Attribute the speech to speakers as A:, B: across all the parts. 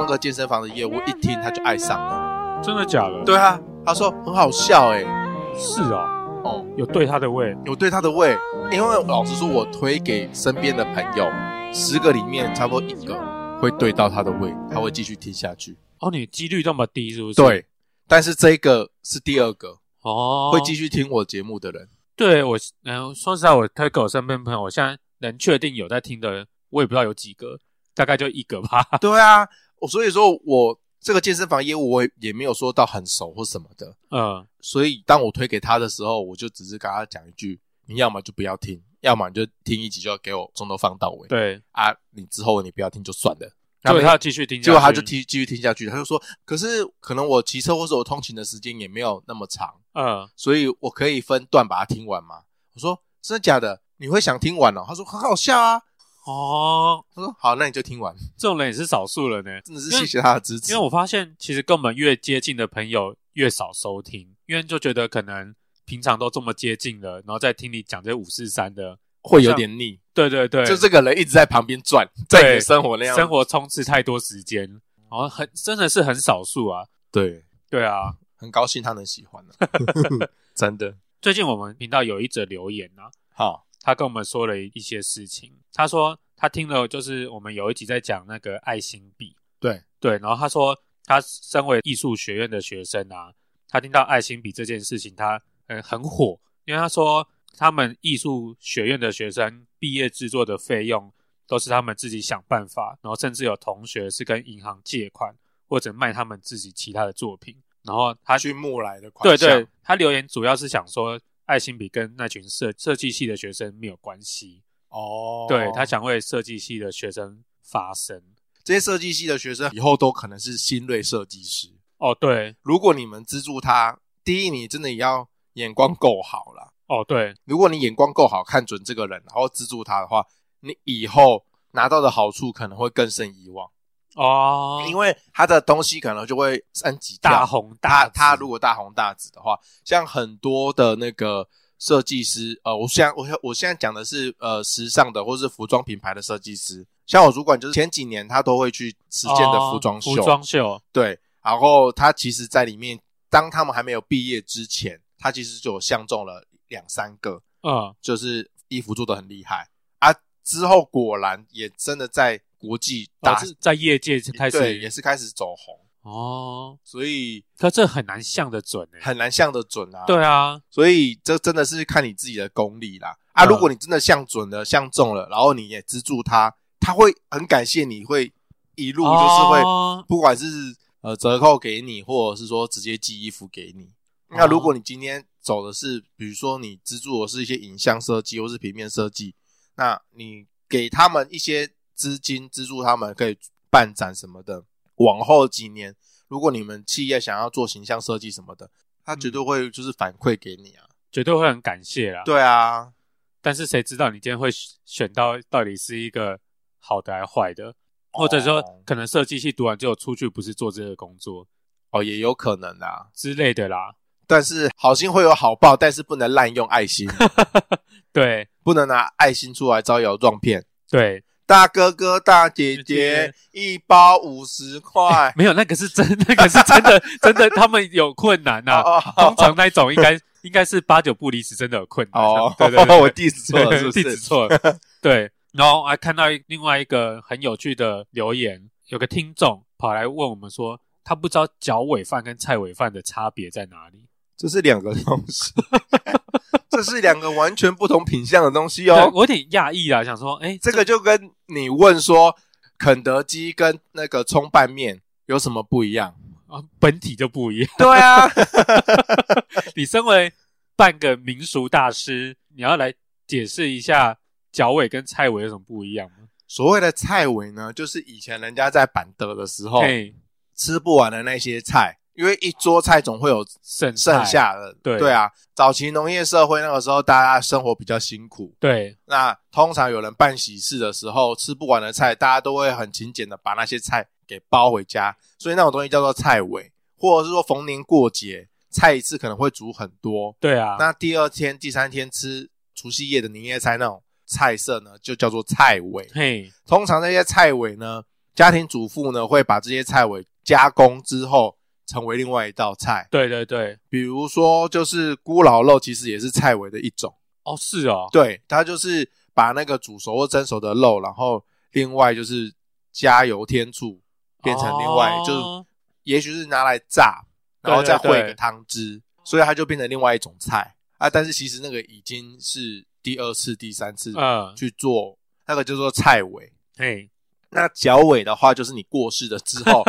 A: 那个健身房的业务，一听他就爱上了。
B: 真的假的？
A: 对啊，他说很好笑哎、
B: 是哦，
A: 哦，
B: 有对他的味，
A: 有对他的胃，因为老实说，我推给身边的朋友，十个里面差不多一个会对到他的胃，他会继续听下去。
B: 哦，你几率这么低是不是？，
A: 对，但是这个是第二个
B: 哦，
A: 会继续听我节目的人。
B: 对我，嗯，说实在，我推给我身边朋友，我现在能确定有在听的人，我也不知道有几个，大概就一个吧。
A: 对啊，我所以说我这个健身房业务我也也没有说到很熟或什么的，
B: 嗯，
A: 所以当我推给他的时候，我就只是跟他讲一句：你要么就不要听，要么你就听一集就给我从头放到尾。
B: 对，
A: 啊，你之后你不要听就算了。
B: 所以
A: 没
B: 他继续听下去，
A: 结果他就继继续听下去，他就说：可是可能我骑车或者我通勤的时间也没有那么长，
B: 嗯，
A: 所以我可以分段把它听完吗？我说：真的假的？你会想听完哦？他说：很好笑啊。
B: 哦，
A: 他说：好，那你就听完。
B: 这种人也是少数了呢。
A: 真的是谢谢他的支持
B: 因为。我发现，其实跟我们越接近的朋友越少收听，因为就觉得可能平常都这么接近了，然后再听你讲这五四三的，
A: 会有点腻，
B: 对对对，
A: 就这个人一直在旁边转，在你的生活那样。
B: 生活充斥太多时间，然后很真的是很少数啊。
A: 对，
B: 对啊，
A: 很高兴他能喜欢 了、真的。
B: 最近我们频道有一则留言啊，
A: 好，
B: 他跟我们说了一些事情。他说他听了，就是我们有一集在讲那个爱心币，
A: 对
B: 对，然后他说他身为艺术学院的学生啊，他听到爱心笔这件事情，他嗯很火，因为他说他们艺术学院的学生毕业制作的费用都是他们自己想办法，然后甚至有同学是跟银行借款或者卖他们自己其他的作品，然后他
A: 他去木来的款
B: 对
A: 项，
B: 对，他留言主要是想说，爱心笔跟那群设设计系的学生没有关系，
A: 哦，
B: 对他想为设计系的学生发声。
A: 这些设计系的学生以后都可能是新锐设计师。
B: 哦，对，
A: 如果你们资助他，第一，你真的也要眼光够好啦。
B: 哦对，
A: 如果你眼光够好，看准这个人，然后资助他的话，你以后拿到的好处可能会更胜以往，
B: 哦，
A: 因
B: 为
A: 为他的东西可能就会升级跳
B: 大红大
A: 他
B: 紫
A: 他如果大红大紫的话，像很多的那个设计师，呃，我现在我现我现在讲的是呃时尚的或是服装品牌的设计师，像我主管就是前几年他都会去实践的服装秀，
B: 哦服装秀，
A: 对，然后他其实在里面，当他们还没有毕业之前，他其实就有相中了两三个，
B: 嗯，
A: 就是衣服做的很厉害啊，之后果然也真的在国际
B: 打、
A: 大、
B: 哦、是在业界开
A: 对也
B: 始
A: 是开始走红，
B: 哦，
A: 所以
B: 可这很难像的准哎、
A: 很难像得准啊，
B: 对啊，
A: 所以这真的是看你自己的功力啦。啊，
B: 嗯
A: 如果你真的相准了、相中了，然后你也资助他，他会很感谢你，会一路就是会，
B: 哦
A: 不管是呃折扣给你，或者是说直接寄衣服给你。那
B: 哦
A: 如果你今天走的是，比如说你资助的是一些影像设计或是平面设计，那你给他们一些资金，资助他们可以办展什么的。往后几年，如果你们企业想要做形象设计什么的，他绝对会就是反馈给你啊。
B: 绝对会很感谢啦。，
A: 对啊，
B: 但是谁知道你今天会选选到到底是一个好的还是坏的？或者说
A: 哦
B: 可能设计系读完之后出去不是做这个工作
A: 哦，也有可能啊。
B: 之类的啦。
A: 但是好心会有好报，但是不能滥用爱心，
B: 对
A: 不能拿爱心出来招摇撞骗。
B: 对，
A: 大哥哥、大姐
B: 姐姐
A: 姐，一包五十块。
B: 没有那个是真，那个是真的，真的他们有困难呐、
A: 哦
B: 通常 那种应该应该是八九不离十，真的有困难。啊
A: 哦，
B: 对对对，
A: 我地址错了，是不
B: 地址
A: 是？
B: 错了。对，然后还看到一另外一个很有趣的留言，有个听众跑来问我们说，他不知道脚尾饭跟菜尾饭的差别在哪里。
A: 这是两个东西， 这是两个完全不同品相的东西
B: 对
A: 哦。
B: 我有点讶异啦，想说，哎，
A: 这个就跟你问说肯德基跟那个葱拌面有什么不一样？
B: 啊本体就不一 样。
A: 对啊，
B: 你身为半个民俗大师，你要来解释一下脚尾跟菜尾有什么不一样吗？
A: 所谓的菜尾呢，就是以前人家在板德的时候
B: 嘿，
A: 吃不完的那些菜，因为一桌菜总会有
B: 剩
A: 剩
B: 菜
A: 下的。
B: 对
A: 对啊，早期农业社会那个时候，大家生活比较辛苦，
B: 对
A: 那通常有人办喜事的时候，吃不完的菜，大家都会很勤俭的把那些菜给包回家，所以那种东西叫做菜尾，或者是说逢年过节，菜一次可能会煮很多，
B: 对啊，
A: 那第二天、第三天吃除夕夜的年夜菜那种菜色呢，就叫做菜尾。
B: 嘿
A: 通常那些菜尾呢，家庭主妇呢会把这些菜尾加工之后成为另外一道菜，
B: 对对对，
A: 比如说就是咕老肉，其实也是菜尾的一种。
B: 哦是哦，
A: 对，它就是把那个煮熟或蒸熟的肉，然后另外就是加油添醋，变成另外、
B: 哦
A: 就是也许是拿来炸，然后再
B: 对对
A: 烩
B: 对
A: 个汤汁，所以它就变成另外一种菜啊。但是其实那个已经是第二次、第三次
B: 嗯
A: 去做，那个叫做菜尾。
B: 嘿
A: 那脚尾的话，就是你过世了之 后，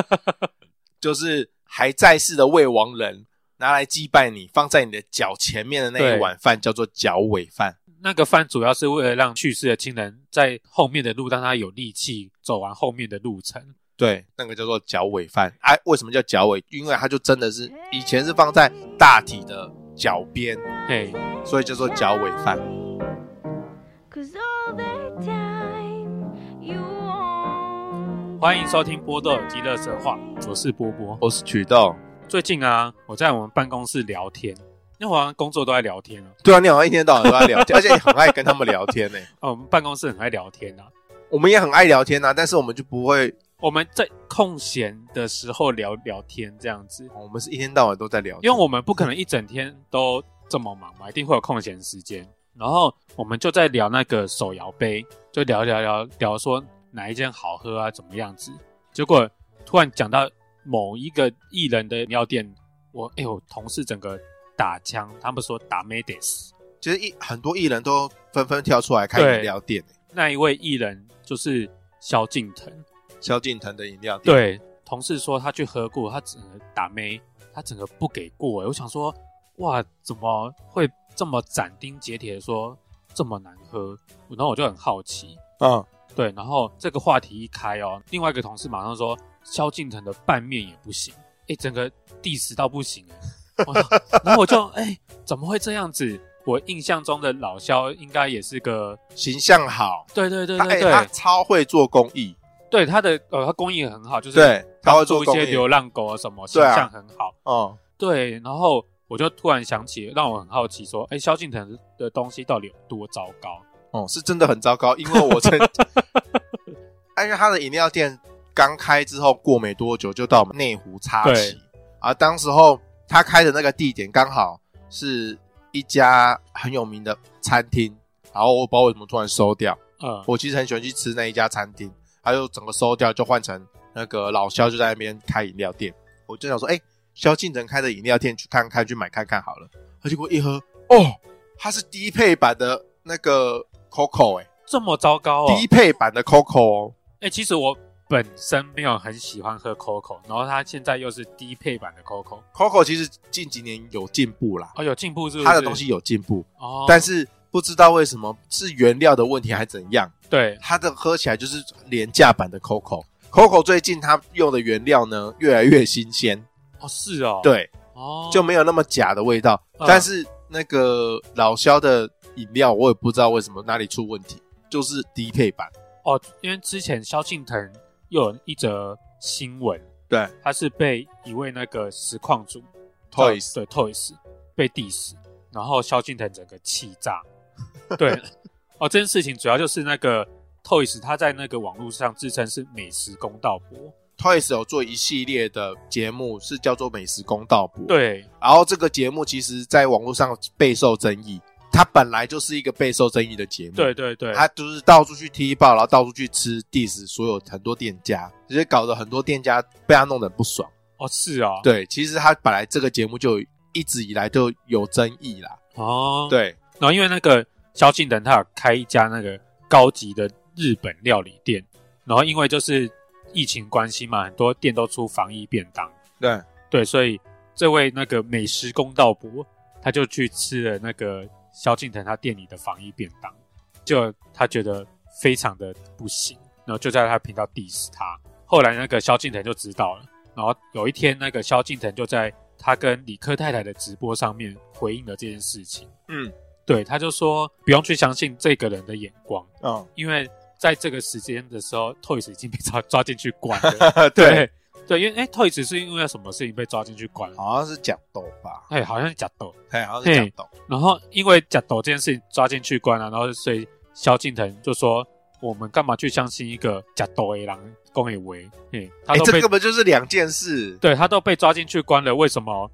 A: 就是还在世的未亡人拿来祭拜你，放在你的脚前面的那
B: 对
A: 一碗饭叫做脚尾饭。
B: 那个饭主要是为了让去世的亲人在后面的路让他有力气走完后面的路程。
A: 对，那个叫做脚尾饭。哎、为什么叫脚尾？因为它就真的是以前是放在大体的脚边，
B: 嘿，
A: 所以叫做脚尾饭。
C: Cause all the time you want
B: 欢迎收听波豆耳机乐色话，我是波波。
A: 我是曲豆。
B: 最近啊，我在我们办公室聊天，因为我好像工作都在聊天啊。
A: 对啊，你好像一天到晚都在聊天，而且你很爱跟他们聊天呢、
B: 哦，我们办公室很爱聊天啊。
A: 我们也很爱聊天啊，但是我们就不会，
B: 我们在空闲的时候聊聊天这样子，
A: 我们是一天到晚都在聊天。
B: 因为我们不可能一整天都这么忙嘛，一定会有空闲时间。然后我们就在聊那个手摇杯，就聊聊聊聊说哪一间好喝啊，怎么样子。结果突然讲到某一个艺人的饮料店，我哎呦，同事整个打枪，他们说打 m e d e s
A: 其实艺很多艺人都纷纷跳出来开
B: 对
A: 饮料店、欸，
B: 那一位艺人就是萧敬腾。
A: 萧敬腾的饮料店。
B: 对，同事说他去喝过，他整个打妹，他整个不给过、欸。我想说，哇，怎么会这么斩钉截铁的说这么难喝？然后我就很好奇。
A: 对，嗯，
B: 对，然后这个话题一开哦，另外一个同事马上说萧敬腾的拌面也不行，哎，整个 diss 到不行欸。 我说然后我就哎，怎么会这样子？我印象中的老萧应该也是个，
A: 形象好，
B: 对对对
A: 他
B: 对
A: 哎
B: 对，
A: 他超会做公益，
B: 对他的呃，他工艺很好，就是
A: 对，他会做
B: 做一
A: 公
B: 些
A: 益。
B: 流浪狗啊什么，形
A: 对啊
B: 象很好。
A: 哦，
B: 对，然后我就突然想起，让我很好奇，说，哎，萧敬腾的东西到底有多糟糕？
A: 哦，是真的很糟糕，因为我 曾，但是他的饮料店刚开之后，过没多久就到我们内湖插旗
B: 对，
A: 啊，当时候他开的那个地点刚好是一家很有名的餐厅，然后我不知道为什么突然收掉，
B: 嗯，
A: 我其实很喜欢去吃那一家餐厅，他就整个收掉，就换成那个老肖就在那边开饮料店，我就想说，哎、萧敬腾开的饮料店去看看，去买看看好了，啊结果一喝，哦，它是低配版的那个 Coco 哎、
B: 这么糟糕哦
A: 低。配版的 Coco 哦，
B: 哎，其实我本身没有很喜欢喝 Coco，然后它现在又是低配版的 Coco，
A: Coco 其实近几年有进步啦，
B: 哦，有进步是不是？
A: 它的东西有进步，
B: 哦，
A: 但是不知道为什么是原料的问题还怎样，
B: 对，
A: 它的喝起来就是廉价版的 Coco。Coco 最近它用的原料呢越来越新鲜，
B: 哦是哦，，
A: 对，
B: 哦
A: 就没有那么假的味道。
B: 嗯
A: 但是那个老肖的饮料，我也不知道为什么哪里出问题，就是低配版。
B: 哦，因为之前萧敬腾又有一则新闻，
A: 对，
B: 他是被一位那个实况主
A: Toys
B: 对 Toys 被 diss，然后萧敬腾整个气 炸。对，哦，这件事情主要就是那个 Toys 他在那个网络上自称是美食公道伯，
A: Toys 有做一系列的节目，是叫做《美食公道部》。
B: 对
A: 然后这个节目其实在网络上备受争议，它本来就是一个备受争议的节目。
B: 对，对对，
A: 它就是到处去踢爆，然后到处去吃 diss 所有很多店家，直接搞得很多店家被他弄得很不爽。
B: 哦是哦，
A: 对，其实它本来这个节目就一直以来都有争议啦。
B: 哦，
A: 对，
B: 然后因为那个萧敬腾他有开一家那个高级的日本料理店，然后因为就是疫情关系嘛，很多店都出防疫便当，
A: 对，
B: 对，所以这位那个美食公道伯他就去吃了那个萧敬腾他店里的防疫便当，就他觉得非常的不行，然后就在他频道 diss 他。后来那个萧敬腾就知道了，然后有一天那个萧敬腾就在他跟李克太太的直播上面回应了这件事情。
A: 嗯，
B: 对，他就说不用去相信这个人的眼光，
A: 嗯，
B: 因为在这个时间的时候，Toys 已经被抓抓进去关了。
A: 对，
B: 对，因为哎，Toys 是因为什么事情被抓进去关了？
A: 好像是讲豆吧，
B: 哎，好像是假斗，
A: 哎，好像是讲豆。
B: 然后因为假斗这件事情抓进去关了，然后所以萧敬腾就说我们干嘛去相信一个假抖 A 狼公野维？嘿，他
A: 哎、
B: 都
A: 这
B: 被、
A: 根本就是两件事。
B: 对他都被抓进去关了，为什么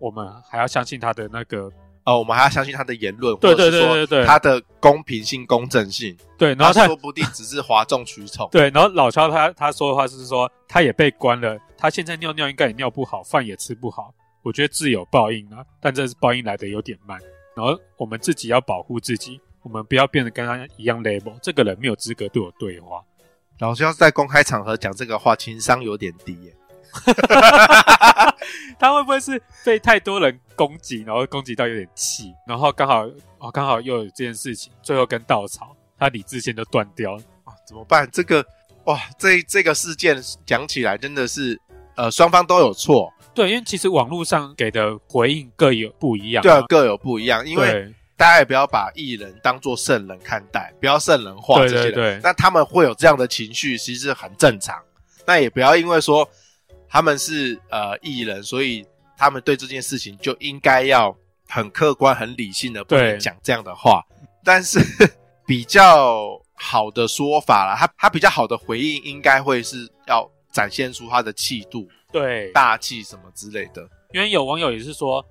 B: 我们还要相信他的那个？
A: 哦，我们还要相信他的言论，
B: 对
A: 或者是
B: 对对
A: 说
B: 对对对
A: 他的公平性、公正性，
B: 对，然后
A: 他
B: 他
A: 说不定只是哗众取宠。
B: 对，然后老乔他他说的话是说他也被关了，他现在尿尿应该也尿不好，饭也吃不好。我觉得自有报应啊，但这是报应来的有点慢。然后我们自己要保护自己，我们不要变得跟他一样 label。这个人没有资格对我对话。
A: 老师要是在公开场合讲这个话，情商有点低耶。
B: 他会不会是被太多人攻击，然后攻击到有点气，然后刚好哦刚好又有这件事情，最后跟稻草，他理智线都断掉了。
A: 啊，怎么办？这个哇，这这个事件讲起来真的是，呃，双方都有错，
B: 对，因为其实网络上给的回应各有不一样
A: 对啊
B: 嘛、，
A: 各有不一样。因为
B: 对
A: 大家也不要把艺人当做圣人看待，不要圣人化
B: 对
A: 这些人。
B: 对对
A: 那他们会有这样的情绪，其实很正常。那也不要因为说他们是呃艺人，所以他们对这件事情就应该要很客观、很理性的，不
B: 对
A: 能讲这样的话。但是比较好的说法啦，他他比较好的回应应该会是要展现出他的气度、
B: 对，
A: 大气什么之类的。
B: 因为有网友也是说，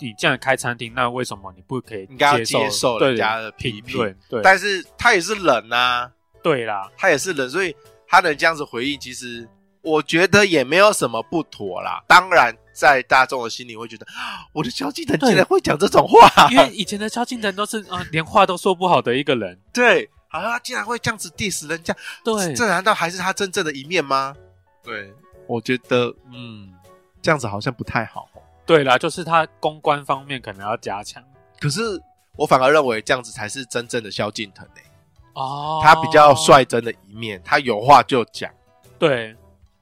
B: 你既然开餐厅，那为什么你不可以
A: 应该要
B: 接
A: 接受
B: 对
A: 人家的批
B: 评论？对，
A: 但是他也是人啊，
B: 对 啦，
A: 他也是人，所以他能这样子回应，其实我觉得也没有什么不妥啦。当然，在大众的心里会觉得，啊我的萧敬腾竟然会讲这种话，
B: 因为以前的萧敬腾都 是啊、连话都说不好的一个人。
A: 对，好像他竟然会这样子 diss 人家，
B: 对，
A: 这难道还是他真正的一面吗？对，我觉得，嗯，这样子好像不太好。哦
B: 对啦，就是他公关方面可能要加强
A: 可是我反而认为这样子才是真正的萧敬腾诶、
B: 哦
A: 他比较，率真的一面，他有话就讲。
B: 对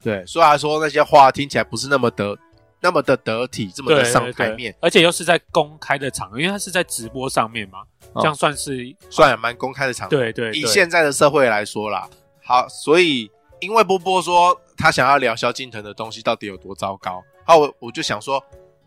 A: 对，虽然说那些话听起来不是那么得那么的得体，这么
B: 对
A: 的
B: 对
A: 上台
B: 对
A: 面，
B: 而且又是在公开的场合，因为他是在直播上面嘛，
A: 哦
B: 这样算是
A: 算也蛮公开的场合。
B: 对对
A: 以
B: 对
A: 现在的社会来说啦，好，所以因为波波说他想要聊萧敬腾的东西到底有多糟糕，好，我我就想说，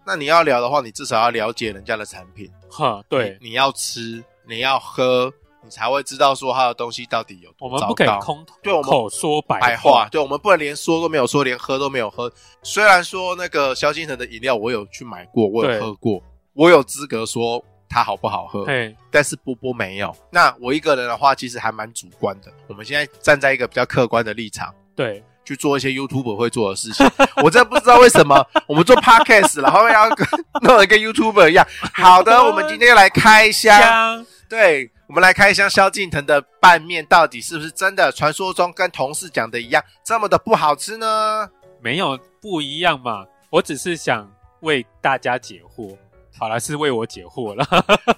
A: 那你要聊的话，你至少要了解人家的产品，
B: 哼，对，
A: 你，你要吃，你要喝，你才会知道说他的东西到底有多
B: 我们
A: 糟糕。
B: 不可以空
A: 对我们
B: 口说白
A: 白话，对我们不能连说都没有说，连喝都没有喝。虽然说那个萧敬腾的饮料我有去买过，我
B: 对
A: 有喝过，我有资格说它好不好喝，
B: 嘿，
A: 但是波波没有。那我一个人的话，其实还蛮主观的。我们现在站在一个比较客观的立场。
B: 对，
A: 去做一些 YouTube 会做的事情， 我真的不知道为什么 我们做 Podcast，然后要跟弄得跟 YouTuber 一样。好的，我们今天来开箱，
B: 香，
A: 对，我们来开箱萧敬腾的拌面，到底是不是真的传说中跟同事讲的一样这么的不好吃呢？
B: 没有不一样嘛，我只是想为大家解惑。好了，是为我解惑了。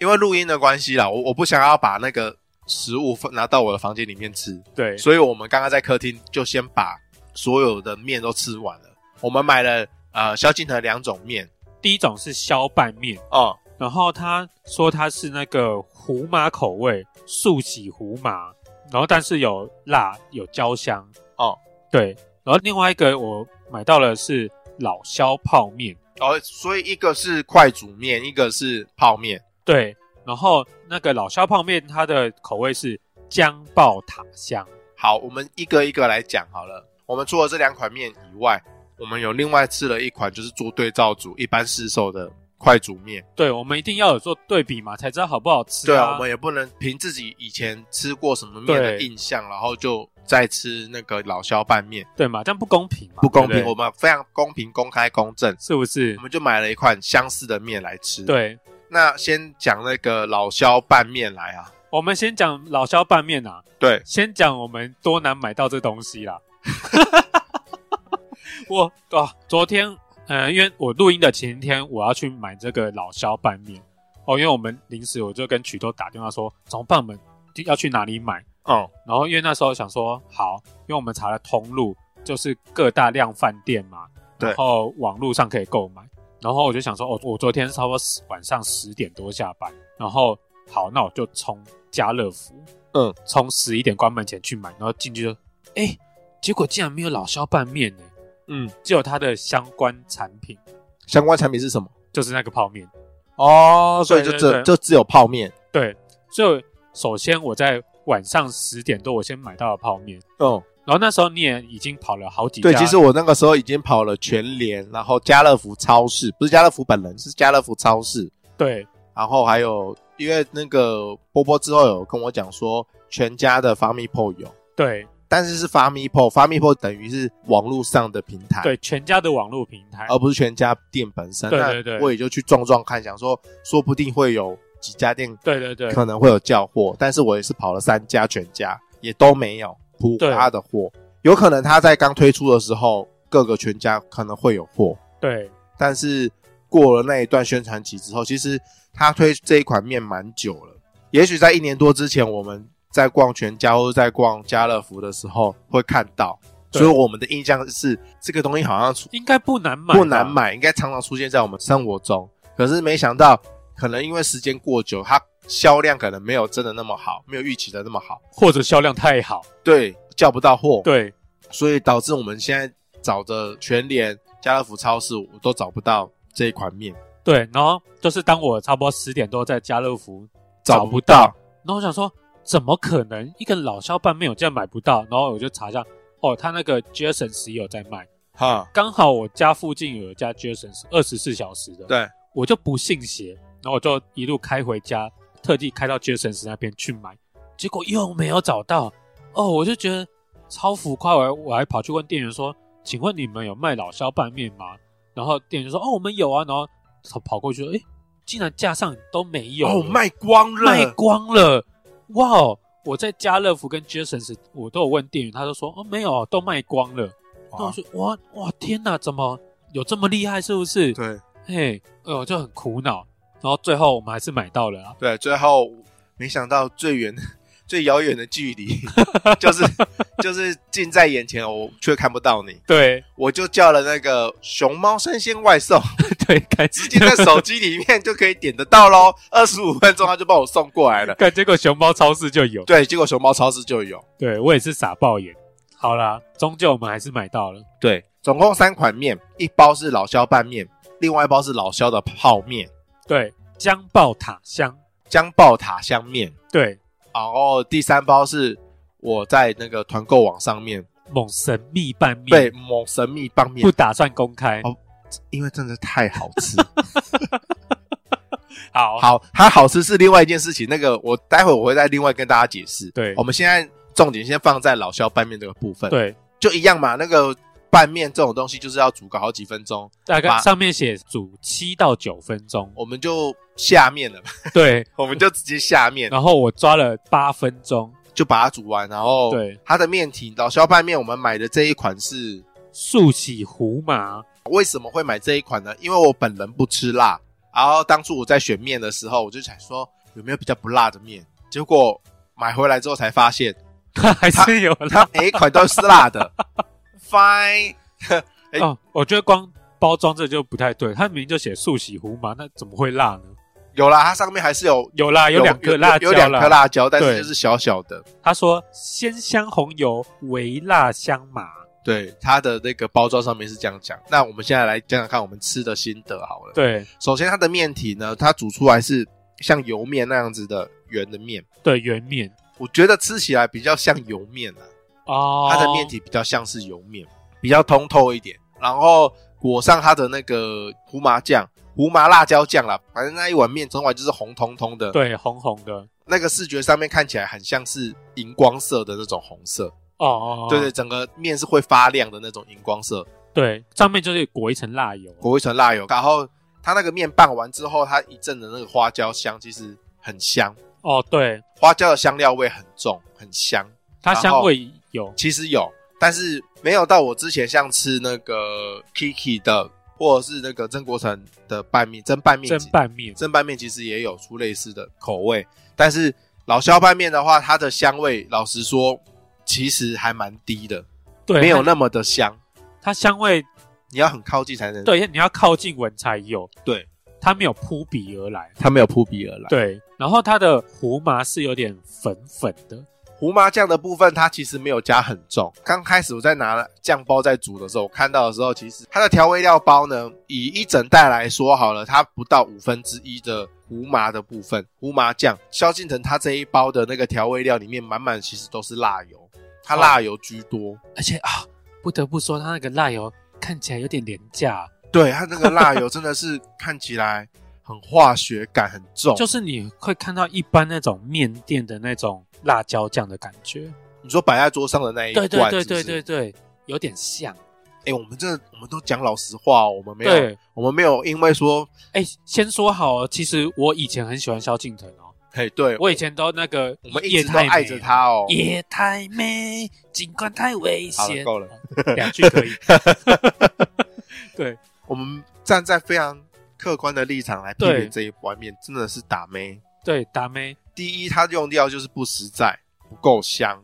A: 因为录音的关系啦，我我不想要把那个食物放拿到我的房间里面吃，
B: 对，
A: 所以我们刚刚在客厅就先把所有的面都吃完了。我们买了呃萧敬腾两种面
B: 第一种是削拌面，
A: 哦，
B: 然后他说他是那个胡麻口味，速洗胡麻，然后但是有辣有焦香
A: 哦，
B: 对，然后另外一个我买到了是老萧泡面，
A: 哦，所以一个是快煮面，一个是泡面。
B: 对，然后那个老萧泡面它的口味是姜爆塔香，
A: 好，我们一个一个来讲好了。我们除了这两款面以外，我们有另外吃了一款，就是做对照组一般市售的快煮面。
B: 对我们一定要有做对比嘛，才知道好不好吃、
A: 对啊，
B: 啊，
A: 我们也不能凭自己以前吃过什么面的
B: 对
A: 印象，然后就再吃那个老萧拌面，
B: 对嘛，这样不公平嘛，
A: 不公
B: 对
A: 平。
B: 对
A: 我们非常公平、公开、公正，
B: 是不是
A: 我？们就买了一款相似的面来吃。，
B: 对，
A: 那先讲那个老萧拌面来啊。
B: 我们先讲老萧拌面啊，
A: 对，
B: 先讲我们多难买到这东西啦。 我啊，昨天呃，因为我录音的前一天我要去买这个老肖拌面哦，因为我们临时我就跟曲头打电话说，怎么办？我们要去哪里买？
A: 哦，
B: 然后因为那时候想说好，因为我们查了通路，就是各大量饭店嘛，
A: 对
B: 然后网络上可以购买。然后我就想说，哦，我昨天差不多十晚上十点多下班，然后好，那我就冲家乐福，
A: 嗯，
B: 冲十一点关门前去买，然后进去就，哎，结果竟然没有老肖拌面呢，
A: 嗯，
B: 只有它的相关产品，
A: 相关产品是什么？
B: 就是那个泡面。
A: 哦，所以就
B: 对对
A: 只
B: 对
A: 就只有泡面。
B: 对，所以首先我在晚上十点多我先买到了泡面，
A: 哦，
B: 然后那时候你也已经跑了好几家，
A: 对，其实我那个时候已经跑了全联，然后家乐福超市，不是家乐福本人，是家乐福超市，
B: 对
A: 然后还有因为那个波波之后有跟我讲说，全家的 Famipro 有，
B: 对
A: 但是是 Famipro，Famipro 等于是网络上的平台，
B: 对，全家的网络平台，
A: 而不是全家店本身。
B: 对对对
A: 那我也就去撞撞看，想说说不定会有几家店
B: 对对对
A: 可能会有叫货，但是我也是跑了三家全家，也都没有铺他的货。有可能他在刚推出的时候，各个全家可能会有货，
B: 对
A: 但是过了那一段宣传期之后，其实他推这一款面蛮久了。也许在一年多之前，我们在逛全家或者在逛家乐福的时候会看到，
B: 对
A: 所以我们的印象是这个东西好像出
B: 应该不难买，
A: 不难，买，应该常常出现在我们生活中。可是没想到，可能因为时间过久，它销量可能没有真的那么好，没有预期的那么好，
B: 或者销量太好，
A: 对，叫不到货，，
B: 对
A: 所以导致我们现在找的全联、家乐福超市，我都找不到这一款面，
B: 对，然后就是当我差不多十点多在家乐福
A: 找
B: 不
A: 不到，
B: 然后我想说，怎么可能一个老小拌面我竟然买不到？然后我就查一下，哦，他那个 Jasons 也有在卖，
A: 哈，
B: 刚好我家附近有一家 Jasons 二十四小时的，，
A: 对，
B: 我就不信邪，然后我就一路开回家，特地开到 Jasons 那边去买，结果又没有找到，哦，我就觉得超浮夸，我还我还跑去问店员说，请问你们有卖老肖拌面吗？然后店员说，哦，我们有啊，然后跑跑过去说，诶，竟然架上都没有
A: 哦，
B: 了
A: 卖光了，
B: 卖光了，哇哦！我在家乐福跟 Jasons 我都有问店员，他都说哦没有，都卖光了。那我
A: 哇
B: 说哇哇天哪，怎么有这么厉害？是不是？
A: 对
B: 嘿，哎呦，就很苦恼。然后最后我们还是买到了啊，
A: 对，最后没想到最远。 最遥远的距离， 就是就是近在眼前，我却看不到你。
B: 对
A: 我就叫了那个熊猫生鲜外送，
B: 对，感
A: 直接在手机里面就可以点得到喽。二十五分钟他就帮我送过来了。
B: 感结果熊猫超市就有，
A: 对，结果熊猫超市就有。
B: 对我也是傻爆眼。好啦，终究我们还是买到了，
A: 对，总共三款面，一包是老肖拌面，另外一包是老肖的泡面、
B: 对，姜爆塔香，
A: 姜爆塔香面，
B: 对，
A: 然后第三包是我在那个团购网上面
B: 猛神秘拌面，
A: 被某神秘拌面
B: 不，打算公开。
A: 哦因为真的太好 吃。
B: 好，
A: 好，它好吃是另外一件事情，那个我待会我会再另外跟大家解释。
B: 对
A: 我们现在重点先放在老肖拌面这个部分。
B: 对，
A: 就一样嘛。那个拌面这种东西就是要煮个好几分钟，
B: 大概
A: 把
B: 上面写煮七到九分钟，
A: 我们就下面了，
B: 对，
A: 我们就直接下面，
B: 然后我抓了八分钟，
A: 就把它煮完。然后，
B: 对，
A: 它的面体老肖拌面，我们买的这一款是
B: 速洗胡麻，
A: 为什么会买这一款呢？因为我本人不吃辣，然后当初我在选面的时候，我就想说有没有比较不辣的面，结果买回来之后才发现，
B: 它还是有啦。
A: 它每一款都是辣 的。Fine，哎
B: 哦，我觉得光包装这就不太对，它明明就写速洗胡麻，那怎么会辣呢？
A: 有啦，它上面还是有
B: 有啦，有两颗辣椒
A: 有两颗
B: 啦。
A: 辣椒，但
B: 对
A: 是就是小小的。
B: 他说鲜香红油微辣香麻，
A: 对，它的那个包装上面是这样讲。那我们现在来讲讲看我们吃的心得好了。，
B: 对
A: 首先它的面体呢，它煮出来是像油面那样子的圆的面，
B: 对，圆面
A: 我觉得吃起来比较像油面啊，
B: 哦，
A: 它的面体比较像是油面，比较通透一点。然后裹上它的那个胡麻酱、胡麻辣椒酱啦，反正那一碗面整碗就是红彤彤的，，
B: 对红红的，哦
A: 那个视觉上面看起来很像是荧光色的那种红色，
B: 哦，哦
A: 对对，整个面是会发亮的那种荧光色。
B: 对，上面就是裹一层辣油，
A: 裹一层辣油，然后它那个面拌完之后，它一阵的那个花椒香其实很香，
B: 哦，对，
A: 花椒的香料味很重，很香。
B: 它
A: 然
B: 香
A: 后
B: 味有，
A: 其实有，但是没有到我之前像吃那个 Kiki 的，或者是那个曾国成的拌面，蒸拌面
B: 蒸
A: 其，
B: 拌面，
A: 蒸拌面其实也有出类似的口味，但是老肖拌面的话，它的香味老实说其实还蛮低的，
B: 对，
A: 没有
B: 它
A: 那么的香，
B: 它香味
A: 你要很靠近才能，
B: 对，你要靠近闻才有。
A: 对，
B: 它没有扑鼻而来。
A: 它没有扑鼻而来。
B: 对，然后它的胡麻是有点粉粉的，
A: 胡麻酱的部分，它其实没有加很重。刚开始我在拿酱包在煮的时候，我看到的时候，其实它的调味料包呢，以一整袋来说好了，它不到五分之一的胡麻的部分，胡麻酱。萧敬腾他这一包的那个调味料里面，满满其实都是辣油，它
B: 哦
A: 辣油居多。
B: 而且啊，不得不说，它那个辣油看起来有点廉价，
A: 对，它那个辣油真的是看起来很化学感很重。
B: 就是你会看到一般那种面店的那种辣椒酱的感觉。
A: 你说摆在桌上的那一
B: 对
A: 罐，
B: 对对对
A: 是不是
B: 对对，有点像。
A: 哎、我们真的，我们都讲老实话哦，我们没有，
B: 对，
A: 我们没有，因为说，
B: 哎，先说好哦，其实我以前很喜欢萧敬腾哦，
A: 嘿，对，
B: 我以前都那个
A: 我们一
B: 夜
A: 直都
B: 太美
A: 爱着。他哦。
B: 夜太美，景观太危
A: 好了
B: 险。
A: 够了，
B: 两句可以。对，
A: 我们站在非常客观的立场来批
B: 对
A: 评这一碗面，真的是打妹。
B: 对，达妹，
A: 第一，它用料就是不实在，不够香；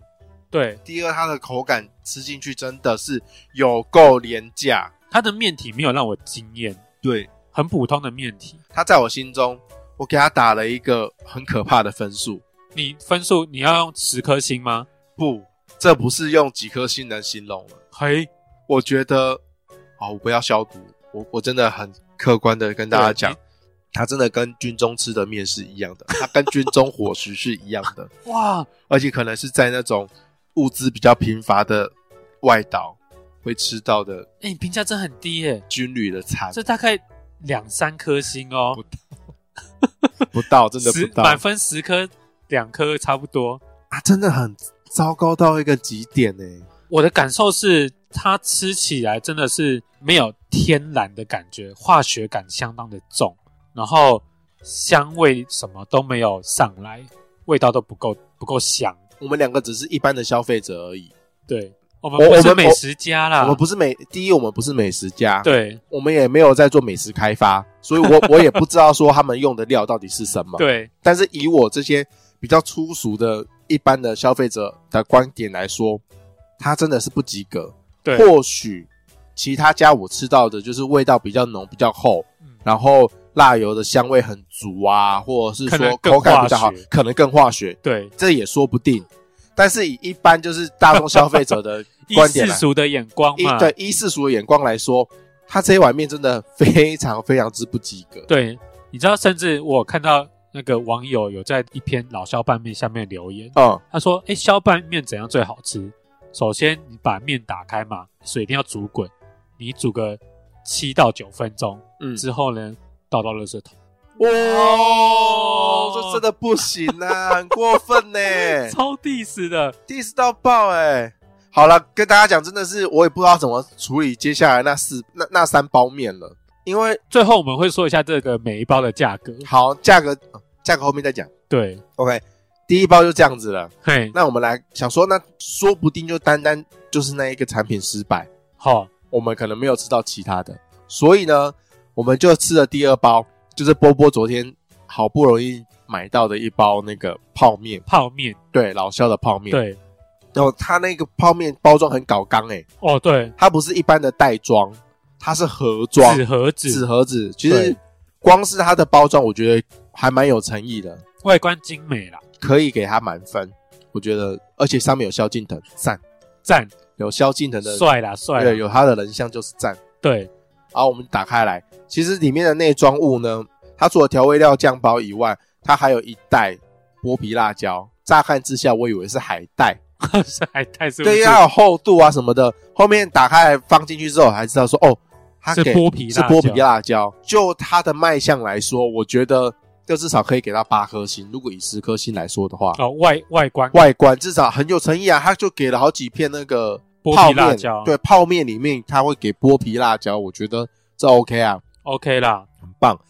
B: 对，
A: 第二，它的口感吃进去真的是有够廉价。
B: 它的面体没有让我惊艳，
A: 对，
B: 很普通的面体。
A: 它在我心中，我给它打了一个很可怕的分数。
B: 你分数你要用十颗星吗？
A: 不，这不是用几颗星能形容了。
B: 嘿，
A: 我觉得，哦，我不要消毒，我我真的很客观的跟大家讲
B: 对，
A: 它真的跟军中吃的面是一样的，它跟军中伙食是一样的，
B: 哇，
A: 而且可能是在那种物资比较贫乏的外岛会吃到的
B: 哎、你评价真很低耶，
A: 军旅的餐，
B: 这大概两三颗星哦，
A: 不到，真的不
B: 十
A: 到
B: 满分十颗，两颗差不多。
A: 啊，真的很糟糕到一个极点呢、
B: 我的感受是，它吃起来真的是没有天然的感觉，化学感相当的重，然后香味什么都没有上来，味道都不够不够香。
A: 我们两个只是一般的消费者而已，
B: 对我们
A: 我
B: 不
A: 我
B: 是
A: 们
B: 美食家啦，
A: 我们不是美，第一我们不是美食家，，
B: 啊对
A: 我们也没有在做美食开发，所以我我也不知道说他们用的料到底是什么。
B: 对
A: 但是以我这些比较粗俗的一般的消费者的观点来说，它真的是不及格。
B: 对，
A: 或许其他家我吃到的就是味道比较浓、比较厚，
B: 嗯
A: 然后辣油的香味很足啊，或者是
B: 可能
A: 说
B: 更
A: 口感比较好
B: 化学，
A: 可能更化学，
B: 对，
A: 这也说不定。但是以一般就是大众消费者的
B: 以
A: 观点
B: 世
A: 来，
B: 俗的眼光
A: 一
B: 嘛，
A: 对一世俗的眼光来说，它这一碗面真的非常非常之不及格。
B: 对，你知道，甚至我看到那个网友有在一篇老肖拌面下面留言，
A: 嗯，
B: 他说：“哎、削拌面怎样最好吃？首先你把面打开嘛，水一定要煮滚，你煮个七到九分钟，
A: 嗯
B: 之后呢倒到垃圾桶，
A: 哇、
B: 哦
A: 这真的不行 啊，很过分呢、
B: 超 diss 的。
A: diss 到爆哎、好了，跟大家讲，真的是我也不知道怎么处理接下来那四那那三包面了，因为
B: 最后我们会说一下这个每一包的价格，
A: 好价格呃价格后面再讲。
B: 对，
A: OK，第一包就这样子了。
B: 嘿，
A: 那我们来想说，那说不定就单单就是那一个产品失败，
B: 好，
A: 我们可能没有吃到其他的，所以呢，我们就吃了第二包，就是波波昨天好不容易买到的一包那个泡面，
B: 泡面，
A: 对老肖的泡面。，
B: 对，
A: 然后他那个泡面包装很搞刚哎、
B: 哦，对，
A: 它不是一般的袋装，它是盒装
B: 纸盒子，
A: 纸盒子。其实
B: 对
A: 光是它的包装，我觉得还蛮有诚意的，
B: 外观精美啦，
A: 可以给它满分。我觉得，而且上面有萧敬腾，赞，
B: 赞，
A: 有萧敬腾的，
B: 帅啊啦，帅
A: 对，
B: 啦，
A: 有他的人像就是赞。
B: 对，
A: 然后我们打开来，其实里面的内装物呢，它除了调味料酱包以外，它还有一袋剥皮辣椒。乍看之下，我以为是海带，
B: 是海带是不是？
A: 对，它有厚度啊什么的。后面打开来放进去之后，才知道说，哦，它
B: 是
A: 给
B: 剥皮辣
A: 是
B: 椒，
A: 剥皮辣椒。就它的卖相来说，我觉得这至少可以给到八颗星。如果以十颗星来说的话，
B: 哦，外外观
A: 外观至少很有诚意啊，它就给了好几片那个
B: 剥
A: 泡
B: 皮辣
A: 面，
B: 椒
A: 对泡面里面它会给剥皮辣椒，我觉得这 OK 啊，
B: OK 啦，
A: 很棒。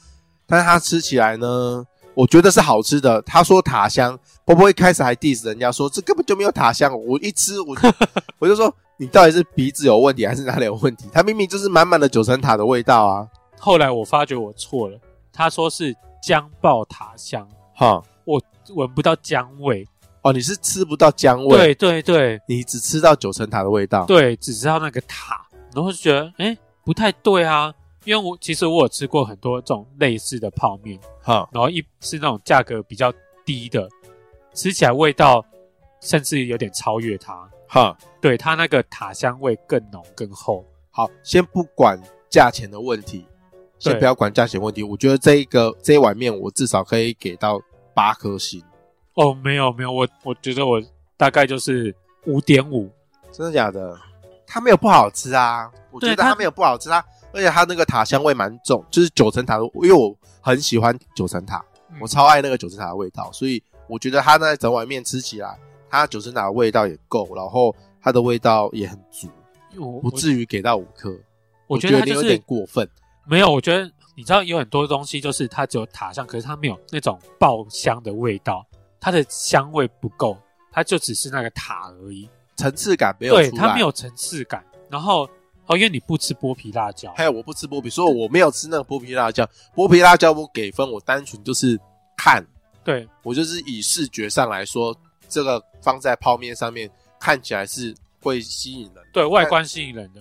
A: 但是它吃起来呢，我觉得是好吃的。他说塔香，波波一开始还 diss 人家说这根本就没有塔香，我一吃我 就我就说你到底是鼻子有问题还是哪里有问题？它明明就是满满的九层塔的味道啊！
B: 后来我发觉我错了，他说是姜爆塔香，
A: 哈，
B: 闻不到姜味。
A: 哦，你是吃不到姜味，
B: 对对对
A: 你只吃到九层塔的味道。
B: 对，只知道那个塔，然后就觉得哎不太对啊，因为我其实我有吃过很多这种类似的泡面，
A: 哈，
B: 然后一是那种价格比较低的，吃起来味道甚至有点超越它。
A: 哈，
B: 对它那个塔香味更浓更厚，
A: 好，先不管价钱的问题，先
B: 对
A: 不要管价钱问题。我觉得这一个这一碗面，我至少可以给到八颗星，
B: 哦，没有没有，我我觉得我大概就是五点五，
A: 真的假的？它没有不好吃啊，我觉
B: 对
A: 得它
B: 它
A: 没有不好吃，它而且它那个塔香味蛮重，就是九层塔的，因为我很喜欢九层塔，
B: 嗯
A: 我超爱那个九层塔的味道，所以我觉得它那整碗面吃起来，它九层塔的味道也够，然后它的味道也很足，
B: 我
A: 不至于给到五颗。
B: 我
A: 觉
B: 觉得它
A: 你
B: 就
A: 有点
B: 是
A: 过分。
B: 没有，我觉得你知道有很多东西就是它只有塔香，可是它没有那种爆香的味道，它的香味不够，它就只是那个塔而已，
A: 层次感没有
B: 对，
A: 出
B: 它
A: 来
B: 没。有层次感。然后哦，因为你不吃剥皮辣椒，
A: 还有我不吃剥皮，所以我没有吃那个剥皮辣椒。剥皮辣椒我给分，我单纯就是看，
B: 对
A: 我就是以视觉上来说，这个放在泡面上面看起来是会吸引人。
B: 对，外观吸引人的。